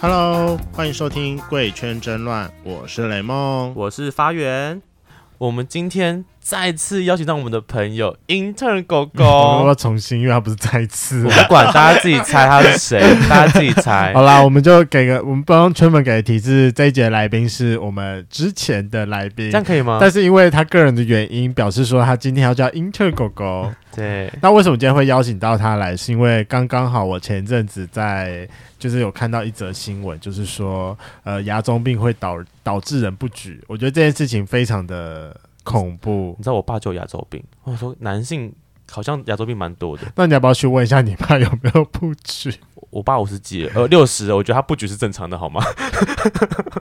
Hello，欢迎收听《贵圈争乱》，我是雷梦。我是发源。我们今天再次邀请到我们的朋友 Intern 狗我狗要，重新，因为他不是再次我。不管大家自己猜他是 谁，大家自己猜好。啦，我们就给个我们帮圈粉给的提示，这一节来宾是我们之前的来宾这，样可以吗？但是因为他个人的原因，表示说他今天要叫 Inter 狗 狗。对，那为什么今天会邀请到他来？是因为刚刚好我前一阵子在就是有看到一则新闻，就是说呃牙周病会导导致人不举，我觉得这件事情非常的恐怖你。知道我爸就有牙周病，我说男性好像牙周病蛮多的。那你要不要去问一下你爸有没有不举？我爸五十 几了，呃六十，我觉得他不举是正常的，好吗？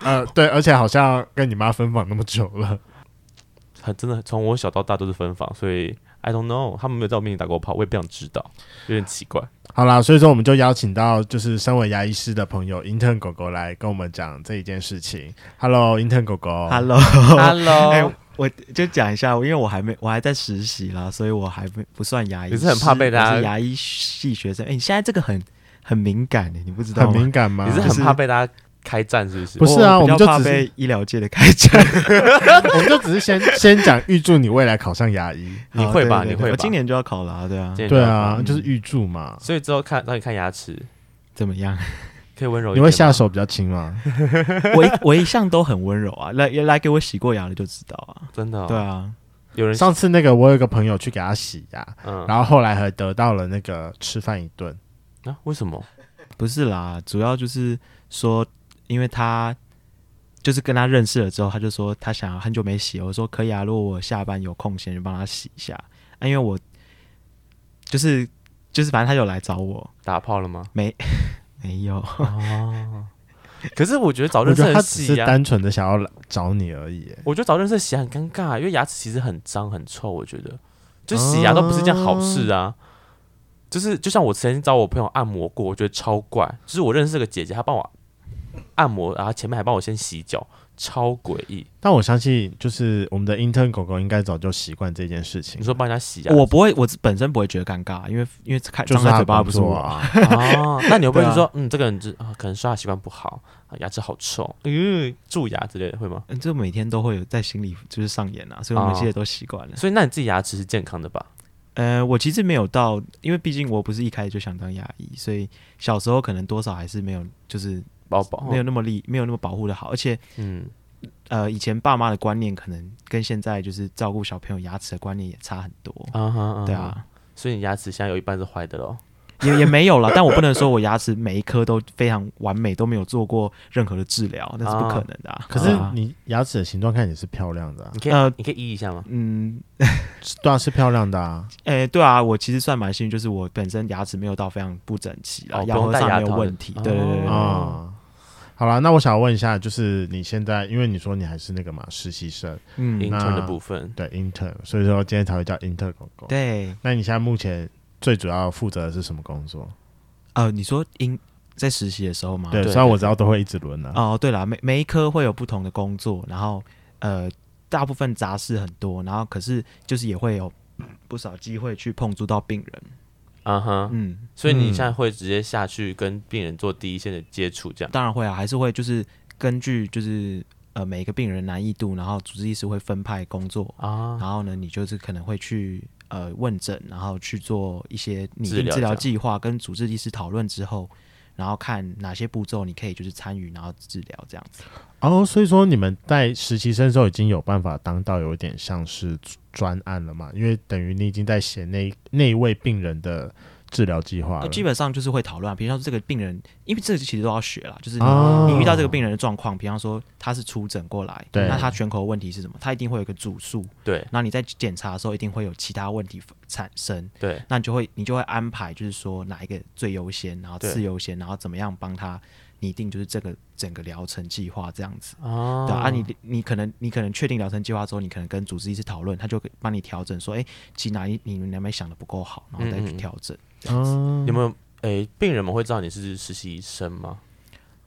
呃，对，而且好像跟你妈分房那么久了，他真的从我小到大都是分房，所以 I don't know，他们没有在我面前打过炮，我也不想知道，有点奇 怪。好啦，所以说我们就邀请到就是身为牙医师的朋友 intern 狗狗来跟我们讲这一件事情。Hello，intern 狗哦狗。 Hello，哎、 Hello，我就讲一下，因为我还没，我还在实习啦，所以我还没不算牙医师。你是很怕被大家我是牙医系学生？哎、你现在这个很很敏感的、你不知道很吗？敏感吗？你是就很是怕被大家开战是不是不？是啊我比我们就较怕只是被医疗界的 开哦战。我们就只是 先先讲预祝你未来考上牙医。你会吧好对你对对会吧我今年就要考了、啊，对啊，今天对就要啊，嗯就是预祝嘛。所以之后看让你看牙齿，怎么 样？可以温柔一你点吗。会下手比较轻吗？我一我一向都很温柔啊，来来给我洗过牙的就知道啊。真的哦、对啊，有人上次那个我有一个朋友去给他洗牙，嗯，然后后来还得到了那个吃饭一顿。啊，为什么？不是啦，主要就是说，因为他就是跟他认识了之后，他就说他想要很久没洗，我说可以啊，如果我下班有空闲就帮他洗一下。啊，因为我就是就是反正他有来找我，打炮了吗？没 有，哦，可是我觉哦得早我认识觉得很他只啊洗是牙，单纯的想要来找你而已。我觉得早认识的洗牙很尴尬，因为牙齿其实很脏很臭，我觉得就啊洗牙都不是一件好事啊。就是就像我之前找我朋友按摩过，我觉得超怪。就是我认识个姐姐，她帮我按摩，然后前面还帮我先洗脚，超诡异。但我相信，就是我们的 intern 狗狗应该早就习惯这件事情你。说帮人家洗牙我不会，我本身不会觉得尴尬，因为因为开就张是开他嘴的巴工不是我作啊，啊，哦，那你会不会对就啊 说，嗯，这个人就啊，可能刷牙习惯不好，啊牙齿好臭，嗯，蛀牙之类的，会吗？嗯，这每天都会有在心里就是上演啊，所以我们现在都习惯了。所以那你自己牙齿是健康的吧？呃，我其实没有到，因为毕竟我不是一开始就想当牙医，所以小时候可能多少还是没有，就是包包没有那么力，没有那么保护的好，而且嗯，呃，以前爸妈的观念可能跟现在就是照顾小朋友牙齿的观念也差很多，啊哈，啊哈对，啊，所以你牙齿现在有一半是坏的喽。也也没有 啦，但我不能说我牙齿每一颗都非常完美，都没有做过任何的治疗，那是不可能的、啊。可是对啊你牙齿的形状看起来是漂亮的啊，你可以，呃你可以医一下吗？嗯，是对啊，是漂亮的啊。诶、对啊，我其实算蛮幸运，就是我本身牙齿没有到非常不整齐啦，哦牙不用颌戴上牙没有套的问题。对对对对，哦啊、好啦，那我想问一下，就是你现在，因为你说你还是那个嘛实习生，嗯， intern 的那部分，对 intern，所以说今天才会叫 intern 狗狗。对，那你现在目前最主要负责的是什么工作？呃，你说因在实习的时候吗？对，对虽然我知道都会一直轮啊。哦，对了，每每一科会有不同的工作，然后呃，大部分杂事很多，然后可是就是也会有不少机会去碰触到病人。啊哈，嗯，所以你现在会直接下去跟病人做第一线的接触，这样。当然会啊，还是会就是根据就是呃每一个病人难易度，然后主治医师会分派工作，啊，然后呢，你就是可能会去呃问诊，然后去做一些拟治定疗治这疗样计划，跟主治医师讨论之后。然后看哪些步骤你可以就是参与，然后治疗这样子。哦，所以说你们在实习生的时候已经有办法当到有一点像是专案了嘛？因为等于你已经在写那那一位病人的治疗计划那了。哦基本上就是会讨论啊，比方说这个病人，因为这个其实都要学啦，就是你哦你遇到这个病人的状况，比方说他是出诊过来，对那他全口的问题是什么？他一定会有一个主诉，对那你在检查的时候一定会有其他问题产生，对，那你就会你就会安排，就是说哪一个最优先，然后对次优先，然后怎么样帮他拟定就是这个整个疗程计划这样子。啊对啊，啊你你可能你可能确定疗程计划之后，你可能跟主治医师讨论，他就可以帮你调整，说，哎、其实哪一你们有没有想的不够好，然后再嗯去嗯调整。哦嗯有没有？诶，病人们会知道你是实习生吗？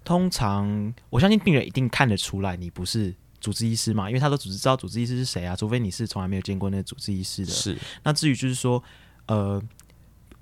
通常我相信病人一定看得出来你不是主治医师嘛，因为他都只是知道主治医师是谁啊，除非你是从来没有见过那个主治医师的。是那至于就是说，呃，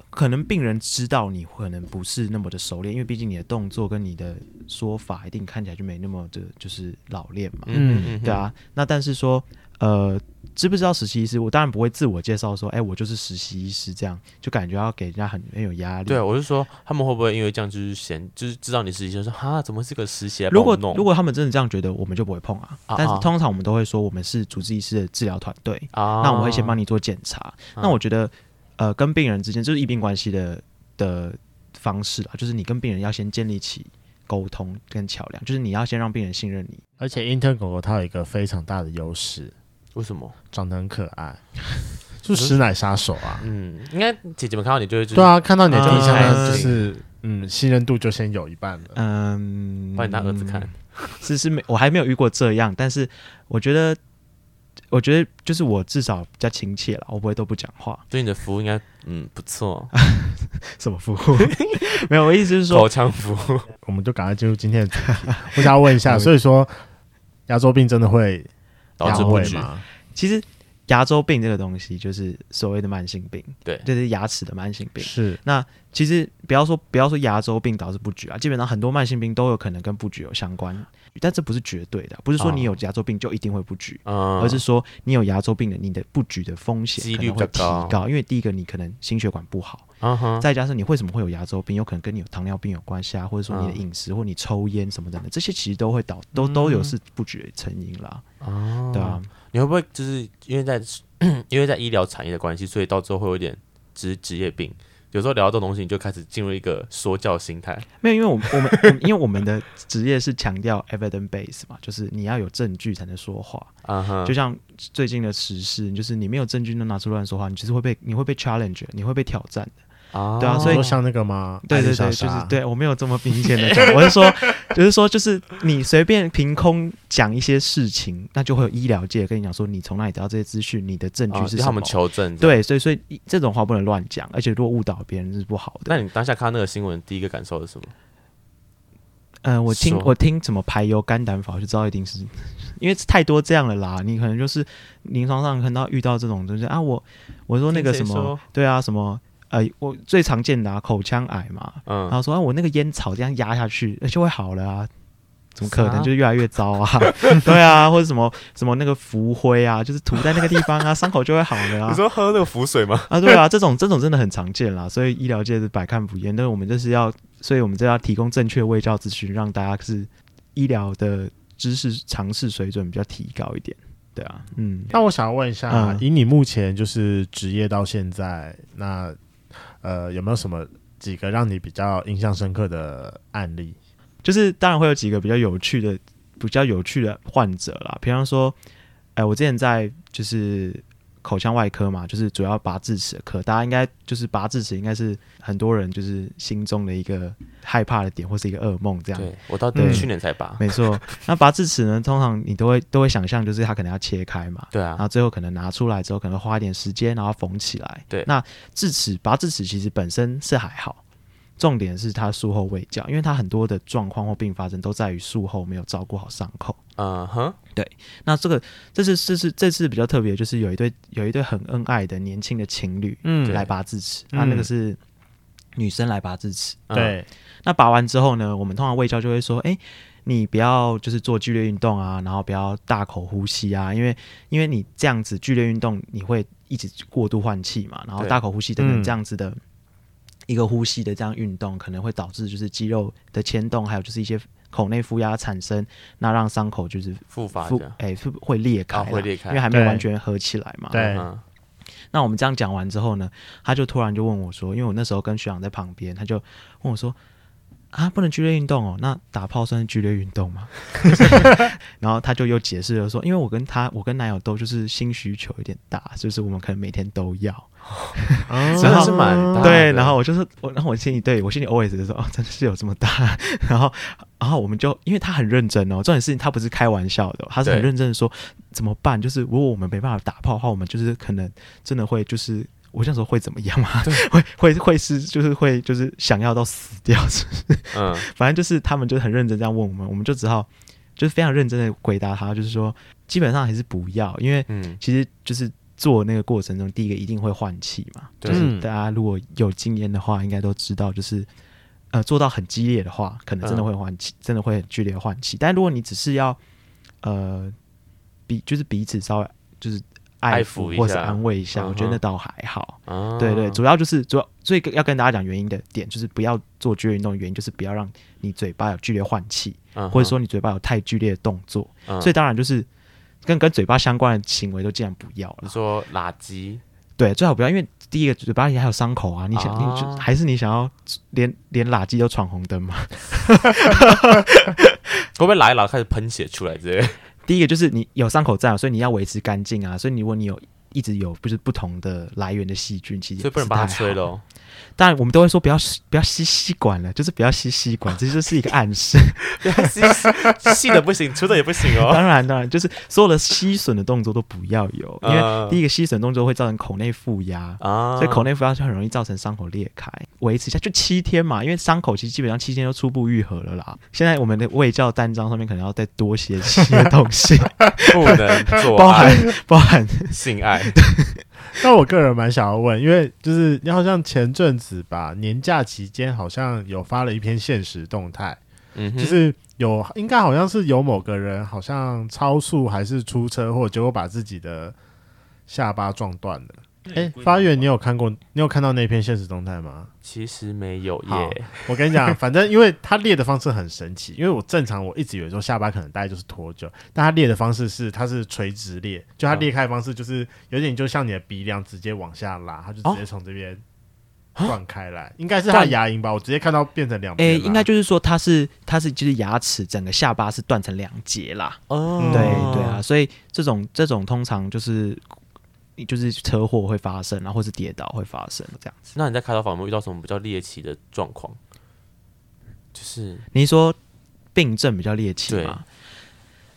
可能病人知道你可能不是那么的熟练，因为毕竟你的动作跟你的说法一定看起来就没那么的，就是老练嘛。嗯对，啊，那但是说，呃，知不知道实习医师？我当然不会自我介绍说，哎，我就是实习医师，这样就感觉要给人家很很有压力。对，啊我是说他们会不会因为这样就是嫌，就是知道你实习生说哈，怎么是个实习来帮如我果弄？如果他们真的这样觉得，我们就不会碰啊。啊但是啊通常我们都会说，我们是主治医师的治疗团队，啊，那我会先帮你做检查。啊那我觉得，呃，跟病人之间就是医病关系的的方式啊，就是你跟病人要先建立起沟通跟桥梁，就是你要先让病人信任你。而且 intern 狗狗它有一个非常大的优势，为什么？长得很可爱，就食奶杀手啊。嗯，应该姐姐们看到你就会就是对，啊，看到你的第一啊下就是嗯，信任度就先有一半了。嗯，帮你当儿子看，是是没，我还没有遇过这样，但是我觉得，我觉得就是我至少比较亲切了，我不会都不讲话，所以你的服务应该嗯不错，什 么服务？没有，我意思是说，口腔服 务我们就赶快进入今天的主题。我想要问一下，所以说牙周病真的会导致阳不痿举，吗？其实牙周病这个东西就是所谓的慢性病，对就是牙齿的慢性病。是其实不要说不要说牙周病导致不举啊，基本上很多慢性病都有可能跟不举有相关，但这不是绝对的，不是说你有牙周病就一定会不举。嗯，而是说，你有牙周病的，你的不举的风险几可率能会比提较高高，因为第一个你可能心血管不好，嗯哼，再加上你为什么会有牙周病，有可能跟你有糖尿病有关系啊，或者说嗯你的饮食、或你抽烟什么等等，这些其实都会导都都有是不觉成因啦，哦对啊，你会不会就是因为在因为在医疗产业的关系，所以到最后会有点职职业病？有时候聊到这种东西，你就开始进入一个说教心态。没有，因为我们我们 我们因为我们的职业是强调 evidence base 嘛，就是你要有证据才能说话，啊哈，就像最近的时事，就是你没有证据那拿出乱说话，你就是会被你会被 challenge，的你会被挑战的，啊对啊所你以说像那个吗？对对艾丽对，莎就是莎，对我没有这么明显的 讲，我是说，就是说，就是你随便凭空讲一些事情，那就会有医疗界跟你讲说，你从哪里得到这些资讯，你的证据啊是要什他么？们求证。，对，所以所以一这种话不能乱讲，而且如果误导别人是不好的。那你当下看到那个新闻，第一个感受是什么？嗯，我听说我听什么排油肝胆法，我就知道一定是因为太多这样了啦。你可能就是临床上看到遇到这种就是啊，我我说那个什听谁么说，对啊，什么呃，我最常见的啊，口腔癌嘛，然嗯，后说啊，我那个烟草这样压下去、呃就会好了啊。怎么可啥能？就越来越糟啊！ 对啊，或者什么什么那个浮灰啊，就是涂在那个地方啊，伤口就会好了 啊。你说喝那个浮水吗？啊，对啊，这种这种真的很常见啦，所以医疗界是百看不厌。但是我们就是要，所以我们就要提供正确卫教资讯，让大家是医疗的知识常识水准比较提高一点。对啊，嗯，那我想要问一下，嗯以你目前就是职业到现在，那呃有没有什么几个让你比较印象深刻的案例？就是当然会有几个比较有趣的、比较有趣的患者啦，比方说，哎、我之前在就是口腔外科嘛，就是主要拔智齿的科，大家应该就是拔智齿，应该是很多人就是心中的一个害怕的点，或是一个噩梦这样。对我到嗯去年才拔。没错，那拔智齿呢，通常你都会都会想象，就是它可能要切开嘛，对然啊，后最后可能拿出来之后，可能花一点时间，然后缝起来。对那智齿拔智齿其实本身是还好，重点是它术后未教，因为它很多的状况或并发症都在于术后没有照顾好伤口。嗯哼，那这个这次这次这次比较特别，就是有一对有一对很恩爱的年轻的情侣嗯来拔智齿，啊嗯那那个是女生来拔智齿，嗯，对，那拔完之后呢，我们通常卫教就会说，哎、你不要就是做剧烈运动啊，然后不要大口呼吸啊，因为因为你这样子剧烈运动，你会一直过度换气嘛，然后对大口呼吸等等嗯这样子的。一个呼吸的这样运动，可能会导致就是肌肉的牵动，还有就是一些口内负压产生，那让伤口就是复发复这样。哎、复会裂开啦、啊会裂开因为还没有对完全合起来嘛。对嗯那我们这样讲完之后呢，他就突然就问我说，因为我那时候跟学长在旁边，他就问我说。啊，不能剧烈运动哦。那打炮算是剧烈运动吗？ 然后他就又解释了说，因为我跟他，我跟男友都就是性需求有点大，就是我们可能每天都要。真真的是蛮大的对，然后我就说，我然后我心里对我心里 always 就说，哦，真的是有这么大。 然后，然后我们就因为他很认真哦，重点是他不是开玩笑的哦、他是很对认真的说怎么办？就是如果我们没办法打炮的话，我们就是可能真的会就是。我想说会怎么 样嘛？会会会是就是会就是想要到死掉， 是嗯，反正就是他们就很认真这样问我们，我们就只好就是非常认真的回答他，就是说基本上还是不要，因为嗯其实就是做那个过程中，第一个一定会换气嘛，对就是大家如果有经验的话，应该都知道，就是呃做到很激烈的话，可能真的会换气，真的会很剧烈地换气。但如果你只是要呃彼就是彼此稍微就是爱爱抚抚一或是下安慰一下，我觉嗯得哼那倒还好。啊对对，主要就是主要，所以要跟大家讲原因的点就是不要做剧烈运动，原因就是不要让你嘴巴有剧烈换气，嗯哼或者说你嘴巴有太剧烈的动作。嗯所以当然就是跟跟嘴巴相关的行为都尽量不要你了。说垃圾，对，最好不要，因为第一个嘴巴里还有伤口啊，你想、你就啊还是你想要连连垃圾都闯红灯嘛？ 会不会来一来开始喷血出来之类的？第一个就是你有伤口在啊，所以你要维持干净啊。所以你如果你有一直有不是不同的来源的细菌，其实也所以不能是把它太吹好了。哦。当然，我们都会说不要不要吸吸管了，就是不要吸吸管，这就是一 个暗示。 对啊细细的不行，粗的也不行哦。当然，当然，就是所有的吸吮的动作都不要有， 因为第一一个吸吮动作会造成口内负压，嗯啊，所以口内负压就很容易造成伤口裂开。维持一下就七天嘛，因为伤口其实基本上七天就初步愈合了啦。现在我们的卫教单张上面可能要再多写些东西，不 能做包含爱包含性 爱，但我个人蛮想要问，因为就是你好像前阵子吧，年假期间好像有发了一篇现实动态，嗯哼，就是有应该好像是有某个人好像超速还是出车祸，结果把自己的下巴撞断了。哎、发源，你有看过？你有看到那篇现实动态吗？其实没有好耶，我跟你讲， 反正因为他列的方式很神奇，因为我正常我一直以为说下巴可能大概就是脱臼，但他列的方式是它是垂直列，就他裂开的方式就是有点就像你的鼻梁直接往下拉，他就直接从这边断开来，应该是他的断牙龈吧，我直接看到变成两边啊诶，啦。哦哎应该就是说它是它是就是牙齿整个下巴是断成两截啦。哦嗯对对啊，，所以这种这种通常就是就是车祸会发生，然后或是跌倒会发生这样子。那你在开刀房有没有遇到什么比较猎奇的状况？就是你是说病症比较猎奇吗？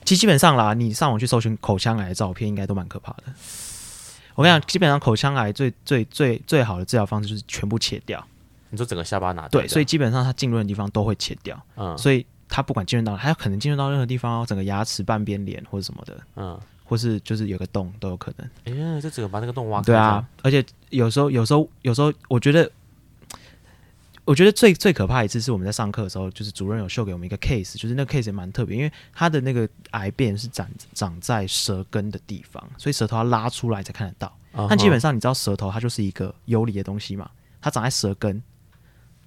其实基本上啦，你上网去搜寻口腔癌的照片，应该都蛮可怕的。我跟你讲，基本上口腔癌最最最最好的治疗方式就是全部切掉，你说整个下巴拿掉对，这样，所以基本上它进入的地方都会切掉，嗯所以它不管进入到，它有可能进入到任何地方哦，整个牙齿、半边脸或者什么的，嗯，或是就是有个洞都有可能。哎呀，就整个把那个洞挖开，对啊，，而且有时候，有时候，有时候，我觉得，我觉得最最可怕一次是我们在上课的时候，就是主任有秀给我们一个 case，就是那个 case 也蛮特别，因为他的那个癌变是长长在舌根的地方，所以舌头要拉出来才看得到。嗯但基本哼上你知道舌头它就是一个游离的东西嘛，它长在舌根，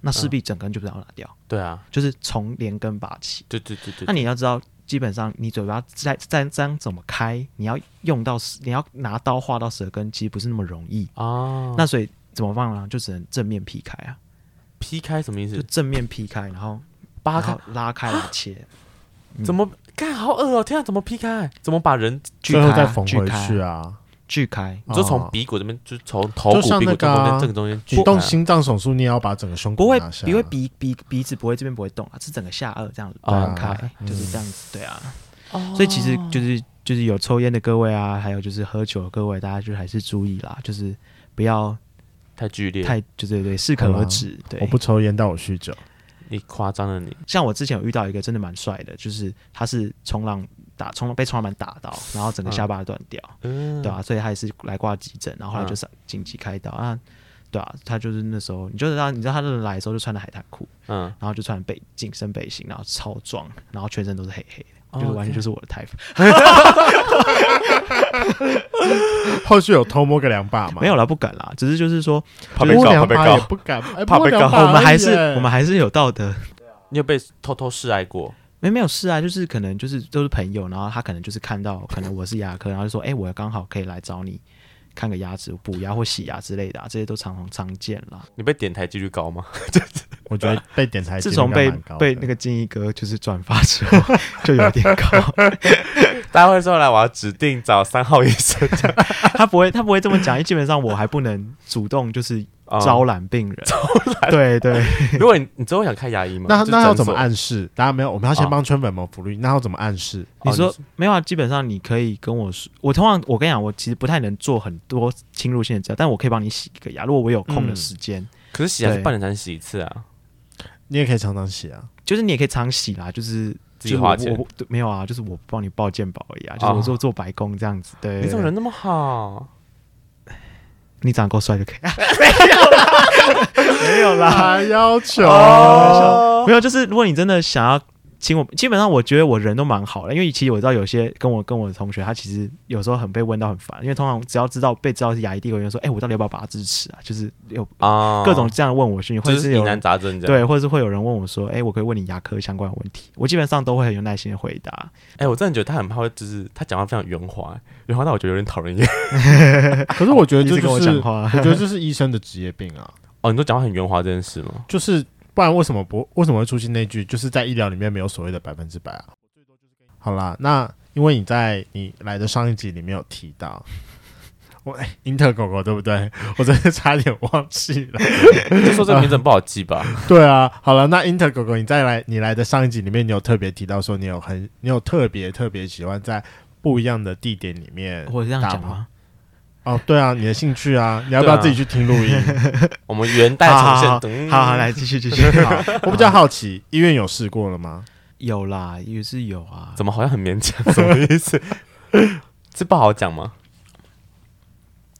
那势必整根就不要拿掉，对啊，就是从连根拔起。对对对对，那你要知道，基本上你嘴巴在在这样怎么开，你要用到你要拿刀划到舌根，其实不是那么容易。啊，那所以怎么办呢？就只能正面劈开啊，劈开什么意就思？正面劈开，然后扒然开后拉开来 切，怎么？干好恶哦！天啊，怎么劈开？怎么把人？锯最后开再啊，缝锯回开去啊，啊。锯开。你就从哦鼻骨这边，就从头就骨、像鼻那骨个中啊间、正中间锯你动开心脏手术，你也要把整个胸不骨会拿下，不会鼻鼻鼻子不会这边不会动啊，是整个下颚这样断开，啊就是这样子，对啊。哦所以其实就是就是有抽烟的各位啊，还有就是喝酒的各位，大家就还是注意啦，就是不要太剧烈，太就对对，适可好啦而止。对，我不抽烟，但我酗酒。你夸张了你。像我之前有遇到一个真的蛮帅的，就是他是冲浪打冲浪被冲浪板打到，然后整个下巴断掉，嗯，对啊，所以他也是来挂急诊，然后后来就上紧急开刀啊，对啊，他就是那时候你就知道，你知道他来的时候就穿的海滩裤，嗯，然后就穿背紧身背心，然后超壮，然后全身都是黑黑的，哦就是完全 OK 就是我的 type，、后续有偷摸个两把吗？没有啦，不敢啦，只是就是说，怕摸两怕被把告也不敢，哎怕摸被告两，把我们还而已是耶我们还是有道德，你有被偷偷示爱过？没没有事啊，就是可能就是都是朋友，然后他可能就是看到可能我是牙科，然后就说，哎、我刚好可以来找你看个牙齿补牙或洗牙之类的、啊，这些都常常常见啦。你被点台几率高吗？ 我觉得被点台自从被被那个个金一哥就是转发之后，就有点高。 大家会说来，我要指定找三号医 生他不会他不会这么讲，因为基本上我还不能主动就是哦 招。嗯揽哦病人。对对，如果你你之后想开牙医吗？那就那要诊怎么所？暗示？大家没有，我们要先啊帮圈粉谋福利，那要怎么暗示？哦你说、没有啊？基本上你可以跟我说，我通常我跟你讲，我其实不太能做很多侵入性的治疗，但我可以帮你洗一个牙，如果我有空的嗯时间。可是洗牙是对半年才能洗一次啊，你也可以常常写啊。就是你也可以常洗啦，就是自己花就是我钱我对没有啊，就是我帮你报健保而已啊，就是哦我做做白工这样子。对，你怎么对人那么好？你长得够帅就可以。没有啦，还 要求哦 没有，就是如果你真的想要请我，基本上我觉得我人都蛮好的，因为其实我知道有些跟我跟我的同学，他其实有时候很被问到很烦，因为通常只要知道被知道是亚裔帝国人，说，哎、我到底要不要把他支持啊？就是有啊，各种这样问我讯息，或就是者是疑有难人杂症这样。对，或者是会有人问我说，哎、我可以问你牙科相关的问题，我基本上都会很有耐心的回答。对，哎，我真的觉得他很怕，就是他讲话非常圆滑，圆滑到我觉得有点讨人 厌。可是我觉得一这直跟就我是，讲我话， 觉得这是医生的职业病啊，哦，你说讲话很圆滑这件事吗？就是不然为什么不为什么会出现那句就是在医疗里面没有所谓的百分之百啊？好啦，那因为你在你来的上一集里面有提到。我哎，inter 狗狗对不对？我真的差点忘记了。就说这个名字很不好记吧？ 对啊，好了，那 Inter 狗狗，你再来，你来的上一集里面，你有特别提到说，你有很，你有特别特别喜欢在不一样的地点里面。我这样打讲吗吗？哦，对啊，你的兴趣啊， 你要不要对啊自己去听录音？ 我们元代好好重好现，嗯好好，来继续继 续。好我比较好奇，医院有试过了吗？有啦，也是有啊。怎么好像很勉强？ 什么意思？这不好讲吗？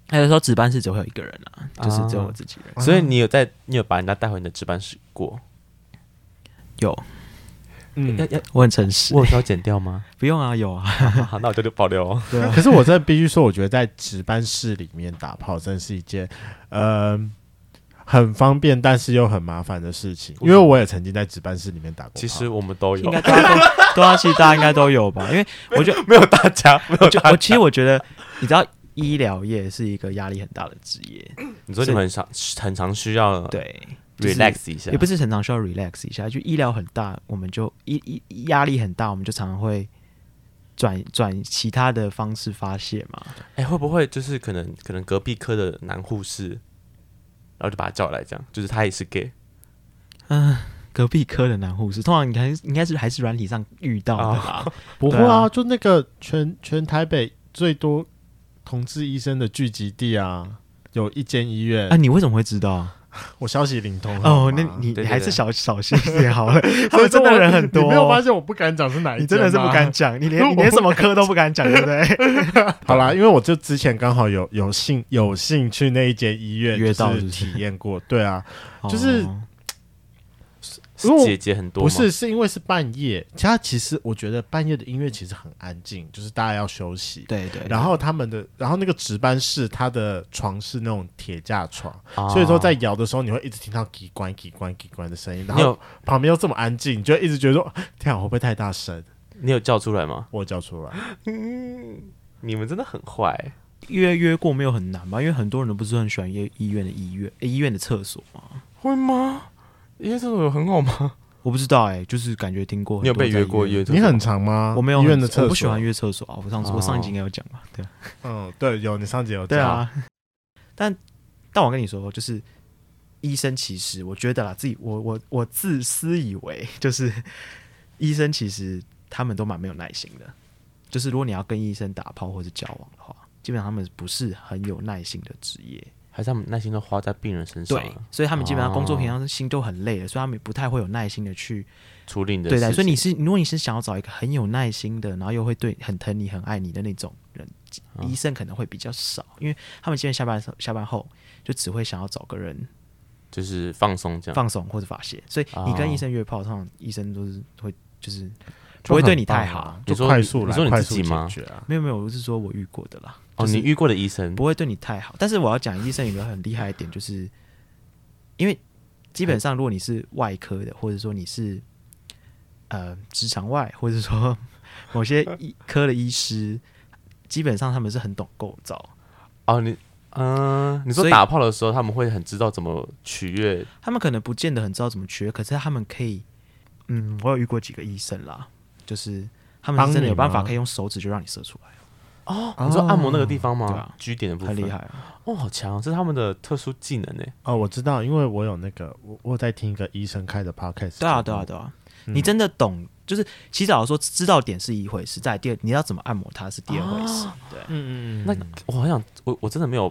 还有时候值班室只会有一个人啊，就是只有啊我自己人。所以你有在，你有把人家带回你的值班室过？有，要嗯，要，我很诚实我。有需要剪掉吗？不用啊，有啊。好，那我就留保留哦。对啊可，是我真的必须说，我觉得在值班室里面打炮真是一件，呃，很方便但是又很麻烦的事情。因为我也曾经在值班室里面打过炮。其实我们都应有该，大家都 对啊，其实大家应该都有吧？因为我觉得，没有大家，没有就大我家。其实我觉得，你知道，医疗业是一个压力很大的职业，你说你们很常很常需要对，就是 relax 一下，也不是常常需要 relax 一下，就医疗很大，我们就医医压力很大，我们就常常会转转其他的方式发泄嘛。哎、会不会就是可能可能隔壁科的男护士，然后就把他叫来这样，就是他也是 gay 嗯，隔壁科的男护士，通常你还是应该是还是软体上遇到的吧？不会对啊，啊就那个全全台北最多同志医生的聚集地啊，有一间医院。啊，你为什么会知道？我消息灵通啊好哦吗，那你对你对还对是小小心一点 好了，他所以说们真我的人很多。你没有发现我不敢讲是哪一你间真吗的是不敢。讲，你因为连我你连什么科都不敢 讲，对不对？好啦，因为我就之前刚好有有幸有幸去那一间医院，约到就是是不是体验过。对啊，就是哦是因为我姐姐很多吗不是是因为是半夜，其他其实我觉得半夜的音乐其实很安静，就是大家要休息。对对，然后他们的，然后那个值班室，他的床是那种铁架床，啊所以说在摇的时候，你会一直听到叽关叽关叽关的声音，然你后有旁边又这么安静，你就会一直觉得说，天啊，我会不会太大声？你有叫出来吗？我有叫出来， 你们真的很坏、约约过没有很难吧？因为很多人都不是很喜欢约医院的医院、诶医院的厕所嘛。会吗？因为这种有很好吗？我不知道哎、就是感觉听过。你有被约过约？约这种？你很长吗？我没有医很院的厕所，我不喜欢。约厕所啊。我上次、我上一集应该有讲吧？对啊嗯，对，有你上节有对讲，啊。但但我跟你说，就是医生其实我觉得啦，自己我我我自私以为 就是医生其实他们都蛮没有耐心的。就是如果你要跟医生打炮或者交往的话，基本上他们不是很有耐心的职业。还是他们耐心都花在病人身上对了，，所以他们基本上工作哦平常心都很累了，所以他们也不太会有耐心的去处理你的对待。事所以你情是，如果你是想要找一个很有耐心的，然后又会对很疼你、很爱你的那种人，嗯医生可能会比较少，因为他们今天下班的时候下班后就只会想要找个人就是放松这样，放松或者发泄。所以你哦跟医生约炮，通常医生都是会就是就不会很对你棒太啊好。就你说快速你来，说你快自速己解吗决啊。没有没有，我是说我遇过的啦。哦，就是你遇过的医生不会对你太好。但是我要讲医生有个很厉害的点，就是因为基本上如果你是外科的，或者说你是呃直肠外，或者说 某些医科的医师，基本上他们是很懂构造，哦，你嗯、你说所以打炮的时候他们会很知道怎么取悦他们可能不见得很知道怎么缺，可是他们可以，嗯，我有遇过几个医生啦，就是他们帮是真的你有办法吗可以用手指就让你射出来，哦，你说按摩那个地方吗？对啊居点的部分很厉害啊。哦，好强，这是他们的特殊技能欸呢。哦，我知道，因为我有那个，我我有在听一个医生开的 podcast。对啊，对啊，，对啊，嗯你真的懂，就是其实老实说，知道点是一回事，在第二你要怎么按摩它是第二回哦事，对。嗯嗯嗯，那我好想，我我真的没有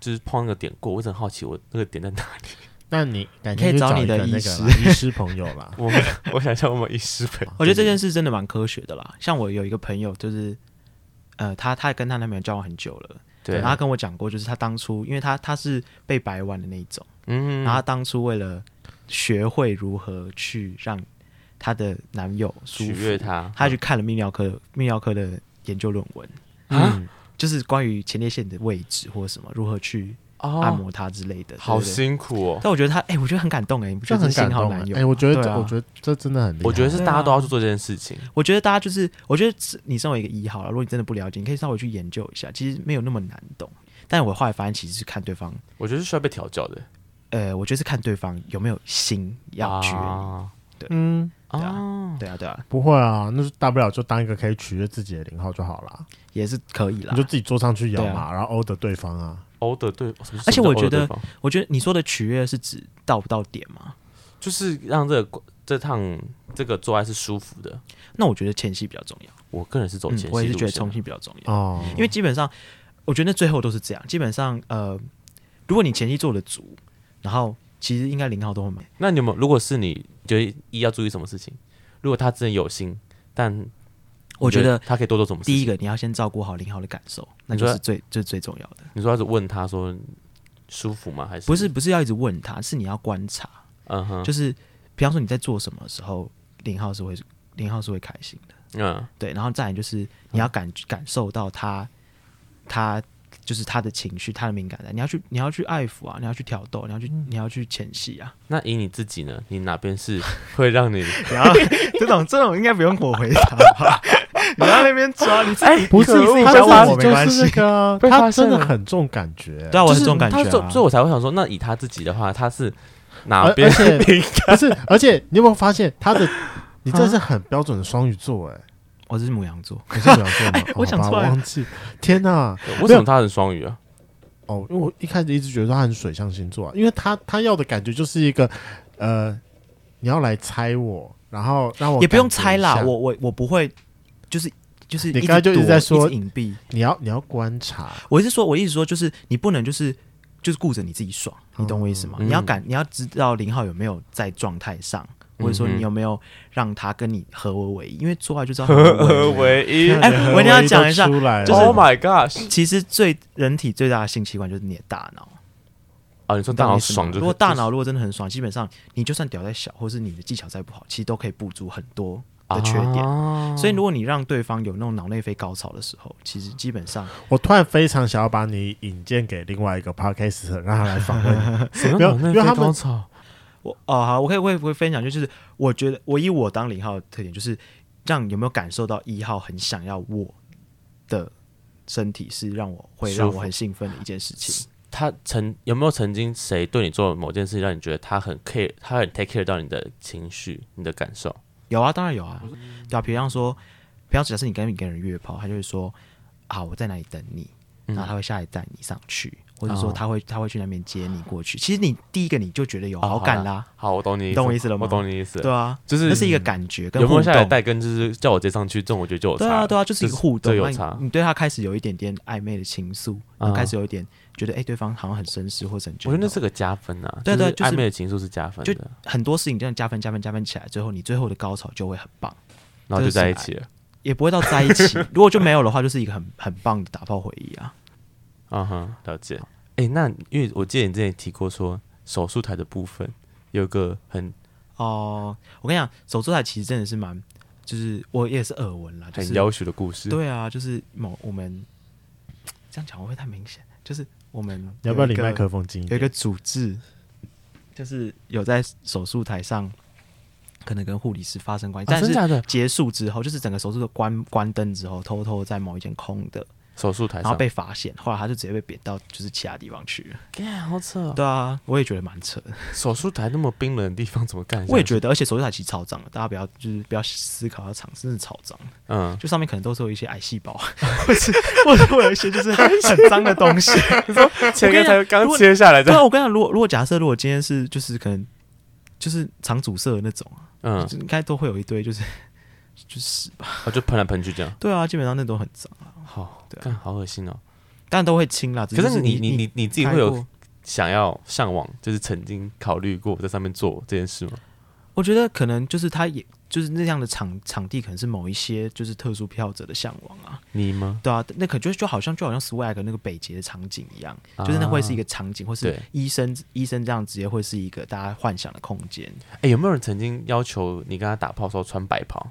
就是碰那个点过，我一直很好奇我那个点在哪里。。那你改可天以去找你一个的那医个师啦医师朋友啦我没有我想想，我们医师朋友，我觉得这件事真的蛮科学的啦。像我有一个朋友，就是呃，她她跟她男朋友交往很久了，对，然后他跟我讲过，就是他当初，因为他他是被掰弯的那一种，嗯，然后他当初为了学会如何去让她的男友舒取服，悦他，她去看了泌尿科泌尿科的研究论文，啊嗯，就是关于前列腺的位置或什么，如何去按哦，摩它之类的，好对不对辛苦哦。但我觉得他，哎、 我觉得很感动哎、你不觉这得很这感幸好动男友？哎、我觉得对这、啊我觉得这真的很厉害，我觉得是大家对啊都要去做这件事情，我觉得大家就是，我觉得你身为一个一号啦，如果你真的不了解，你可以稍微去研究一下，其实没有那么难懂。但我后来发现，其实是看对方，我觉得是需要被调教的。呃，我觉得是看对方有没有心要去。啊嗯，对啊啊，对啊，对啊，不会啊，那就大不了就当一个可以取悦自己的零号就好啦，也是可以啦你就。自己坐上去摇啊对嘛，然后殴得对方啊。欧的对，哦什么而且我觉什么叫 order 对得方我觉得你说的取悦是指到不到点吗？就是让这个这趟这个做爱是舒服的。那我觉得前戏比较重要，我个人是走前嗯戏、路我也是觉得线冲戏比较重要。哦，因为基本上，我觉得最后都是这样。基本上，呃，如果你前期做的足，然后其实应该零号都会买。那你有没有？如果是你觉得一要注意什么事情？如果他真的有心，但我你觉得他可以多做什么事情？第一，个你要先照顾好零号的感受，那就你是说最最最重要的。你说要是问他说舒服吗？还是不是？不是要一直问他，是你要观察，嗯哼，就是比方说你在做什么的时候，零号是会零号是会开心的，嗯对。然后再来就是你要感、感受到他他。就是他的情绪，他的敏感带，你要去，你要去爱抚啊，你要去挑逗，你要去，嗯你要去前戏啊。 那以你自己呢？你哪边是会让你？然后这种这种应该不用我回答吧？ 你在那边抓你自哎己，不是你自己他想自问己我没关就是那系。个 啊，被他发现真的了很重感觉。 对啊，我就是这种感觉他所啊。所以我才会想说，那以他自己的话，他是哪而边而且敏不是，而且你有没有发现他的？你这啊是很标准的双鱼座哎、我是母羊座，你是母羊座吗？哎 我哦想好吧错了我忘记。天哪、感？为什么他很双 语啊？哦，因为我一开始一直觉得他很水象星座、啊，因为他他要的感觉就是一个，呃，你要来猜我，然后让我也不用哦感觉一猜啦，下我我我不会，就是就是你直刚才就一直在躲说直隐蔽。你要你要观察，我一直说，我一直说，就是你不能就是就是顾着你自己爽，你懂我意思吗？嗯你要感，你要知道零号有没有在状态上，或者说嗯哼你有没有让他跟你合而为一，因为做爱就知 道合而嗯为唯一。一天哪 哎连我一定要合一都讲一下出来了就是 Oh my gosh！其实最人体最大的性器官就是你的大脑。啊，你说你大懂我脑意思吗爽就如果大脑如果真的很爽，基本上你就算屌再小，或是你的技巧再不好，其实都可以补足很多的缺点。啊嗯所以如果你让对方有那种脑内啡高潮的时候，其实基本上我突然非常想要把你引荐给另外一个 podcast，让他来访 问你。什么没有脑内因为啡他们高潮？我哦好，我可以我也会分享，就是我觉得我以我当零号的特点，就是让有没有感受到一号很想要我的身体，是让我会舒服让我很兴奋的一件事情。他曾有没有曾经谁对你做某件事，让你觉得他很 care，他很 take care 到你的情绪、你的感受？有啊，当然有啊，对啊，比方说，比方假设你跟你跟人约炮，他就会说啊我在哪里等你，嗯然后他会下来带你上去，或者说哦他会他会去那边接你过去。其实你第一个你就觉得有哦好感啦，好，我懂你，你懂我意思了吗我懂你意思，对，啊，就是那是一个感觉跟有没互有下来动。带跟就是叫我接上去，这种我觉得就有差对了。啊，对啊，就是一个互动这，有那你差你对他开始有一点点暧昧的情愫，然啊后开始有一点觉得，哎，对方好像很绅士或者很……我觉得那是个加分啊，对对就就是是暧昧的情愫是加分就的，很多事情这样加分、加分、加分起来，最后你最后的高潮就会很棒，然后就在一起了。也不会到在一 起。如果就没有的话，就是一个很很棒的打炮回忆啊。嗯哼，了解。哎，那因为我记得你之前提过说手术台的部分有个很哦、我跟你讲，手术台其实真的是蛮，就是我也是耳闻啦，就很是要求的故事，对啊，就是某我们这样讲会不会太明显？就是我们你要不要有一离个嗯麦克风近一有一点？个组织，就是有在手术台上可能跟护理师发生关系，啊，但真是假的结束之后，就是整个手术的关关灯之后，偷偷在某一间空的，手术台然后上，被发现，后来他就直接被贬到就是其他地方去了。干好扯哦。对啊，我也觉得蛮扯的，手术台那么冰冷的地方怎么干？我也觉得，而且手术台其实超脏的，大家不要就是不要思考它脏，真的 超脏，嗯，就上面可能都是有一些癌细胞，或是或者会有一些就是很脏的东西。 前我跟面你讲才刚如果切下来 对的，啊，我跟你讲，如果如果假设如果今天是就是可能就是肠阻塞的那种。嗯，就应该都会有一堆，就是就是吧。我就喷来喷去这样，对啊，基本上那都很脏啊，好，对啊干好恶心哦。但都会清啦。只可就是你你你你你自己会开有过想要向往，就是曾经考虑过在上面做这件事吗？我觉得可能就是他也就是那样的场场地可能是某一些就是特殊票者的向往啊，你吗？对啊，那可就就好像就好像 swag 那个北捷的场景一样，啊就是那会是一个场景，或是对医生医生这样职业会是一个大家幻想的空间。哎、有没有人曾经要求你跟他打炮的时候穿白袍？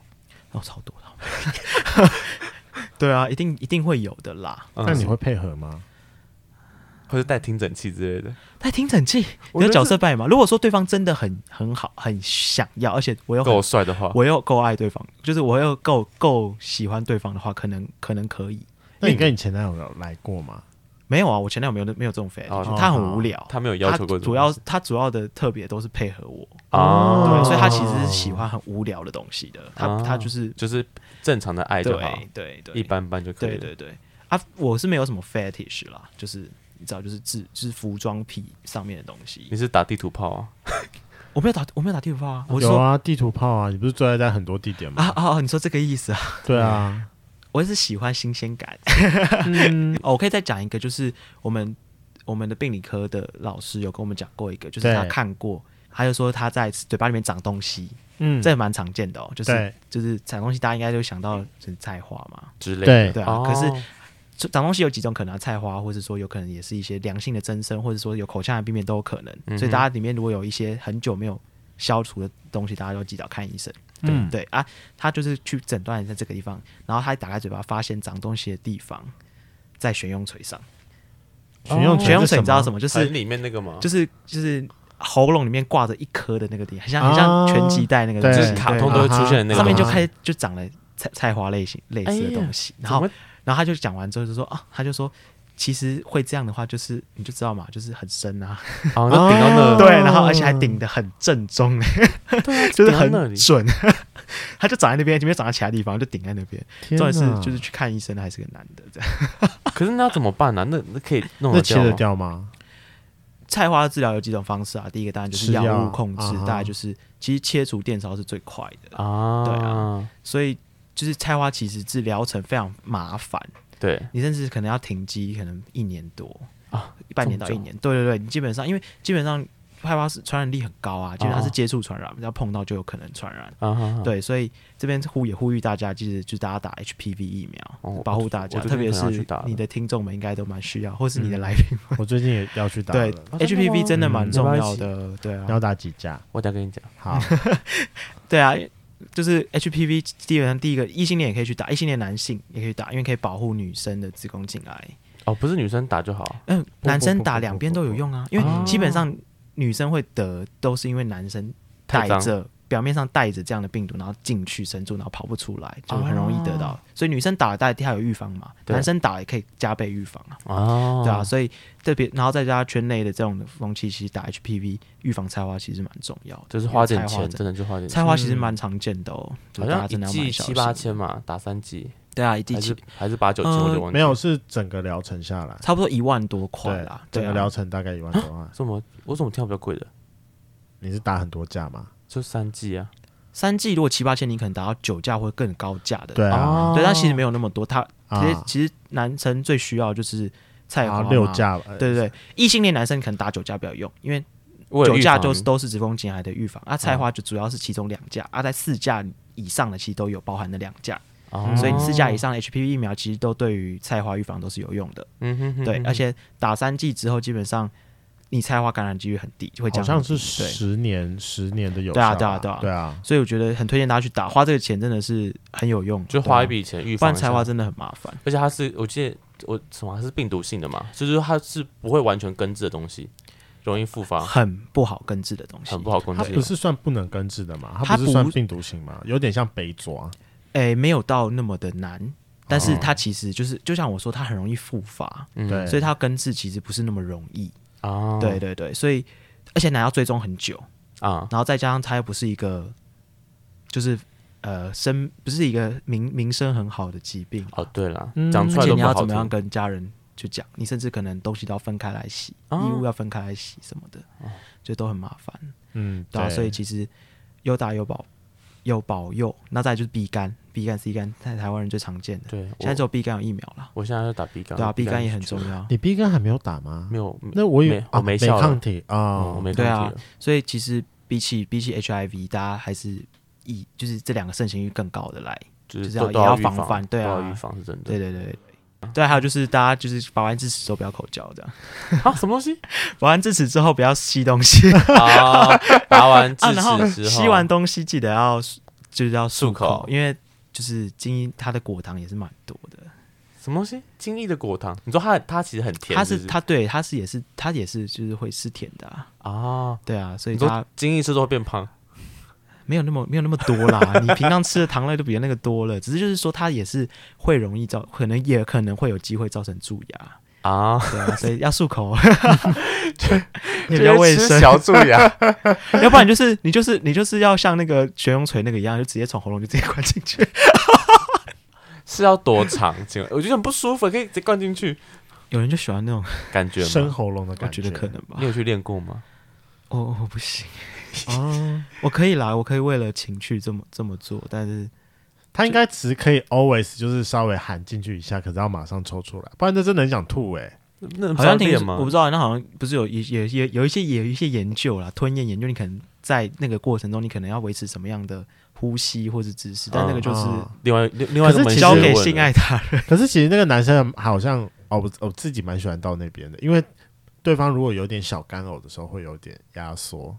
哦，超多的。 对啊，一定一定会有的啦。那你会配合吗？嗯或者带听诊器之类的？但挺整齐，我觉你的得角色扮演嘛。如果说对方真的很很好，很想要，而且我又这很够帅的话，我又够爱对方，就是我又够够喜欢对方的话，可能可能可以。那你跟你前男友有来过吗？没有啊，我前男友没有没有这种 fetish，、哦他很无聊。他没有要求过这种主要他主要的特别都是配合我，哦对，所以他其实是喜欢很无聊的东西的。他、哦他就是就是正常的爱就好，对对对，一般般就可以对了。对对，啊，我是没有什么 fetish 啦，就是你知道，就是制就是服装癖上面的东西你。是打地图炮啊？我没有打，我没有打地图炮啊，我是有说啊，地图炮啊，你不是最爱在很多地点啊吗？啊啊，你说这个意思啊？对啊，我是喜欢新鲜感。嗯 哦，我可以再讲一个，就是我们我们的病理科的老师有跟我们讲过一个，就是他对看过，他就说他在嘴巴里面长东西，嗯，这蛮常见的哦，就是对就是长东西，大家应该就想到是菜花嘛，之类的。对对啊，哦可是就长东西有几种可能、啊，菜花，或者说有可能也是一些良性的增生，或者说有口腔癌病变都有可能。嗯哼所以大家里面如果有一些很久没有消除的东西，大家都及早看医生。嗯对啊，他就是去诊断一下这个地方，然后他打开嘴巴发现长东西的地方在悬雍垂上。选用哦悬雍垂你知道什么？么？就很是里面那个吗？就是就是喉咙里面挂着一颗的那个地方，很像很像啊拳击带那个东对西，就是卡通都会出现的那个上面就啊哈开始就长了菜菜花类型类似的东西，然后哎怎么然后他就讲完之后就说啊，他就说其实会这样的话，就是你就知道嘛，就是很深啊，哦，那顶到那哦对，然后而且还顶得很正宗， 对啊，就是顶到那很里准。 他就长在那边，就没有长在其他地方，就顶在那边。天重点是哪就是去看医生的还是个男的，这样。可是那要怎么办呢、啊那那可以弄那得切掉吗？得掉 吗？菜花治疗有几种方式啊，第一个当然就是吃药药物控制啊，哈大概就是其实切除电烧是最快的，啊，对啊，所以就是菜花其实治疗程非常麻烦，对，你甚至可能要停机，可能一年多啊，半年到这一么久年。对对对，你基本上因为基本上害怕是传染力很高啊，基本上是接触传染，要碰到就有可能传染。啊哈哈，对，所以这边呼也呼吁大家，就是就是大家打 HPV 疫苗，哦保护大家，我最特近别可能要是去打了你的听众们应该都蛮需要，或是你的来宾，我最近也要去打对了，啊啊真的吗 HPV 真的蛮嗯重要不要要一起的，对啊，要打几架？我等一下跟你讲， 好，对啊，就是 HPV 基本上第一个异性恋也可以去打，异性恋男性也可以打，因为可以保护女生的子宫颈癌。哦，不是女生打就好，嗯，不男生不打不两不边不都有不用啊，因哦为基本上女生会得都是因为男生带太脏着表面上带着这样的病毒，然后进去深住，然后跑不出来，就很容易得到。哦所以女生打了大家有预防嘛，对男生打也可以加倍预防啊，哦，对啊，所以特别然后再加上圈内的这种风气，其实打 HPV 预防菜花其实蛮重要的，就是花点菜钱，花真真的就花点钱菜，花其实蛮常见的哦，就好大像家一真的要季蛮小七心。八千嘛，打三季，对啊，一季还七是还是八九千，我就忘记没有，是整个疗程下来，差不多一万多块对啦，，整对个啊，疗程大概一万多万。什么，我怎么听到比较贵的？你是打很多架吗？就三季啊，三季如果七八千，你可能达到九价或更高价的。对哦啊，对，但其实没有那么多。他其实、啊其实男生最需要就是菜花啊嘛六。架吧，对对对，异性恋男生可能打九价比较有用，因为为了九预价防就是都是子宫颈癌的预防啊，菜花就主要是其中两价啊，在四价以上的其实都有包含的两价，哦所以四价以上的 HPV 疫苗其实都对于菜花预防都是有用的。嗯哼哼，对哼，而且打三剂之后，基本上你菜花感染几率很低，就会好降像很是低。对十年十年的有对啊效吧对啊对啊对啊，所以我觉得很推荐大家去打，花这个钱真的是很有用，就花一对啊，笔钱预不防然一下菜花，真的很麻烦。而且它是我记得我什么它是病毒性的嘛，就是它是不会完全根治的东西，容易复 发，很不好根治的东啊西很。不好控它制不。是算不能根治的嘛？它它不不是算病毒性嘛？有点像北抓，诶，没有到那么的难，但是哦它其实就是，就像我说，它很容易复发，嗯对所以它根治其实不是那么容易。啊，对对对，所以而且奶要追踪很久，啊，然后再加上它又不是一个，就是呃生不是一个名名声很好的疾病，哦，对了嗯，讲出来而且都你不要好怎么样听。跟家人去讲，你甚至可能东西都要分开来洗，哦衣物要分开来洗什么的，就都很麻烦。嗯，对啊，所以其实有打有保有保佑，那再来就是 B 肝、B 肝、C 肝，在台湾人最常见的。对，现在只就有 B 肝有疫苗了，我现在就打鼻肝，对啊，B 肝肝也很重要。你 B 肝还没有打吗？没有，那我有没啊我没效了抗体嗯啊我，没对抗啊体了所以其实比起比起 HIV，大家还是以就是这两个盛行率更高的来。就就是是都要都也要预防防，范对都要啊预防是真的。对对对对对对，还有就是大家就是拔完智齿之后不要口交，这样 啊，什么东西？拔完智齿之后不要吸东西啊，拔完智 啊，然后齿之后，吸完东西记得要就是要漱漱口口，因为就是精英它的果糖也是蛮多的，什么东西？精益的果糖，你说它它其实很甜，它是是不是它对它是也是它也是就是会是甜的、啊，啊，对啊，所以你它说精益吃都会变胖没有那么没有那么多 啦，你平常吃的糖类都比那个多了，只是就是说它也是会容易造，可能也可能会有机会造成蛀牙，啊，对 啊，所以要漱口，也比较卫 就是吃生，小蛀牙， 要不然就是你就是你就是要像那个悬雍锤那个一样，就直接从喉咙就直接灌进去。是要多长？请问我觉得很不舒服，可以直接灌进去，有人就喜欢那种，感觉生 吗？喉咙的我感觉得可能吧你。有去练过吗？哦，我不行。哦，我可以啦，我可以为了情趣这么这么做，但是他应该只是可以 always 就是稍微含进去一下，可是要马上抽出来，不然这真的很想吐哎、那好像听练说吗？我不知道，那好像不是有也也也有一些也有一些研究啦，吞咽研究，你可能在那个过程中，你可能要维持什么样的呼吸或是姿势，但那个就是嗯另外另另外一个可是门学其实交给问性了爱他 人。可是其实那个男生好像哦，我我自己蛮喜欢到那边的，因为对方如果有点小干呕的时候会有点压缩。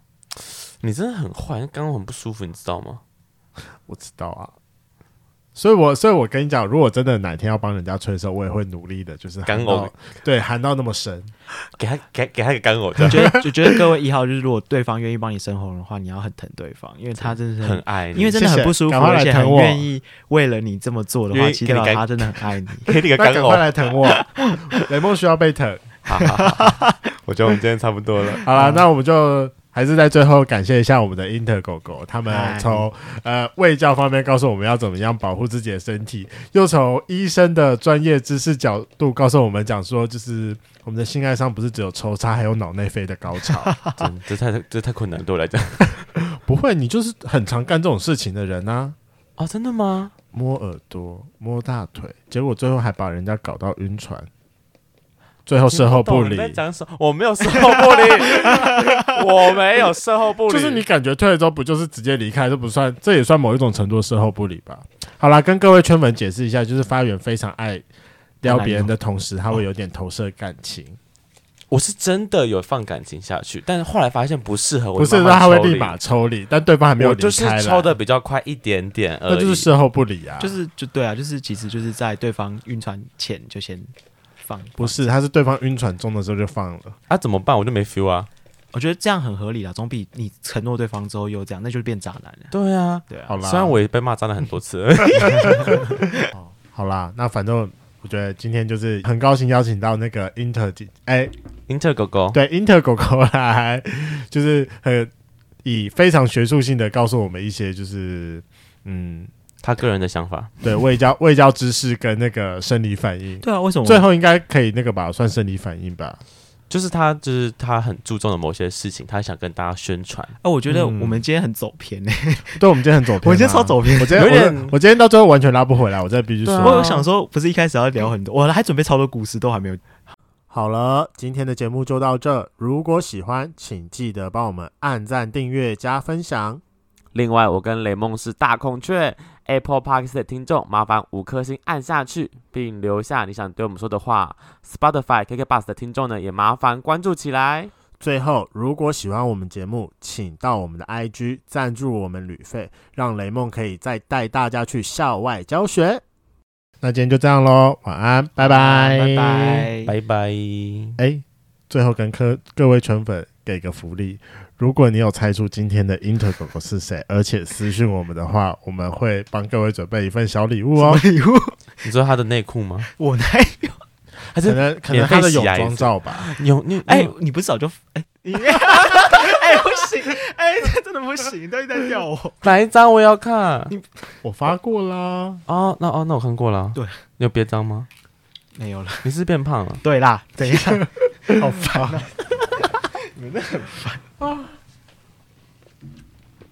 你真的很坏，刚刚很不舒服，你知道吗？我知道啊，所以我所以我跟你讲，如果真的哪天要帮人家吹的时候，我也会努力的，就是含到干呕，对，含到那么深。给他给他给他一个干呕，这样觉得我觉得各位一号就是，如果对方愿意帮你生喉咙的话，你要很疼对方，因为他真的是很爱你，因为真的很不舒谢谢服，赶快来而且很疼我愿意为了你这么做的愿话，意其给实你表干达他真的很爱你。给 你一个那干赶快呕。来疼我，雷梦需要被疼。哈哈哈哈 我觉得我们今天差不多了。好了，那我们就还是在最后感谢一下我们的 Inter 狗狗，他们哎从呃卫教方面告诉我们要怎么样保护自己的身体，又从医生的专业知识角度告诉我们讲说，就是我们的性爱上不是只有抽插，还有脑内啡的高潮。 真这太这太困难对我来讲不会，你就是很常干这种事情的人啊。啊！真的吗？摸耳朵，摸大腿，结果最后还把人家搞到晕船，最后事后不你理在，讲什么？我没有事后不理， 我没有事后不理。就是你感觉退了之后，不就是直接离开？这不算，这也算某一种程度的事后不理吧？好啦，跟各位圈粉解释一下，就是发源非常爱撩别人的同时，他会有点投射感情，我是真的有放感情下去，但是后来发现不适合我，不是慢说慢他会抽离立马抽离，但对方还没有我就离是开抽啦，的比较快一点点而已。那就是事后不理啊。就是就对啊，就是其实就是在对方晕船前就先放。不是，他是对方晕船中的时候就放了。啊，怎么办？我就没 feel 啊。我觉得这样很合理啦，总比你承诺对方之后又这样，那就变渣男了。对啊，对啊好，啦，虽然我也被骂脏了很多次，好啦，那反正我觉得今天就是很高兴邀请到那个 Inter 姐哎、 Inter 狗狗， 对 Inter 狗狗来，就是很以非常学术性的告诉我们一些就是嗯，他个人的想法，对未教未教知识跟那个生理反 应。对啊，为什么最后应该可以那个吧，算生理反应吧。就是他就是他很注重的某些事情，他想跟大家宣传。哎、我觉得嗯我们今天很走偏呢、欸对，我们今天很走偏啊、我们今天超走偏。我今天有我点今我今天到最后完全拉不回来，我真的必须说。对啊我有想说，不是一开始要聊很多，我还准备超多故事，都还没有好了，今天的节目就到这。如果喜欢，请记得帮我们按赞、订阅、加分享。另外，我跟雷梦是大孔雀 Apple Park 的听众，麻烦五颗星按下去，并留下你想对我们说的话。Spotify KK Bus 的听众呢，也麻烦关注起来。最后，如果喜欢我们节目，请到我们的 IG 赞助我们旅费，让雷梦可以再带大家去校外教学。那今天就这样喽，晚安，拜拜，拜。拜。拜拜。哎，最后跟各各位全粉给个福利，如果你有猜出今天的 Inter 狗狗是 谁，而且私讯我们的话，我们会帮各位准备一份小礼物哦，礼物，你知道他的内裤吗？我来。还可是能可能他的泳装照吧。你有你哎、哎，你不是早就哎？你 哎、不行，哎、这真的不行，他一直在吊我。哪一张我也要看？我发过啦，哦，那哦，那我看过了。对，你有别张吗？没有了。你是变胖了？ 对啦，等一下，好烦啊！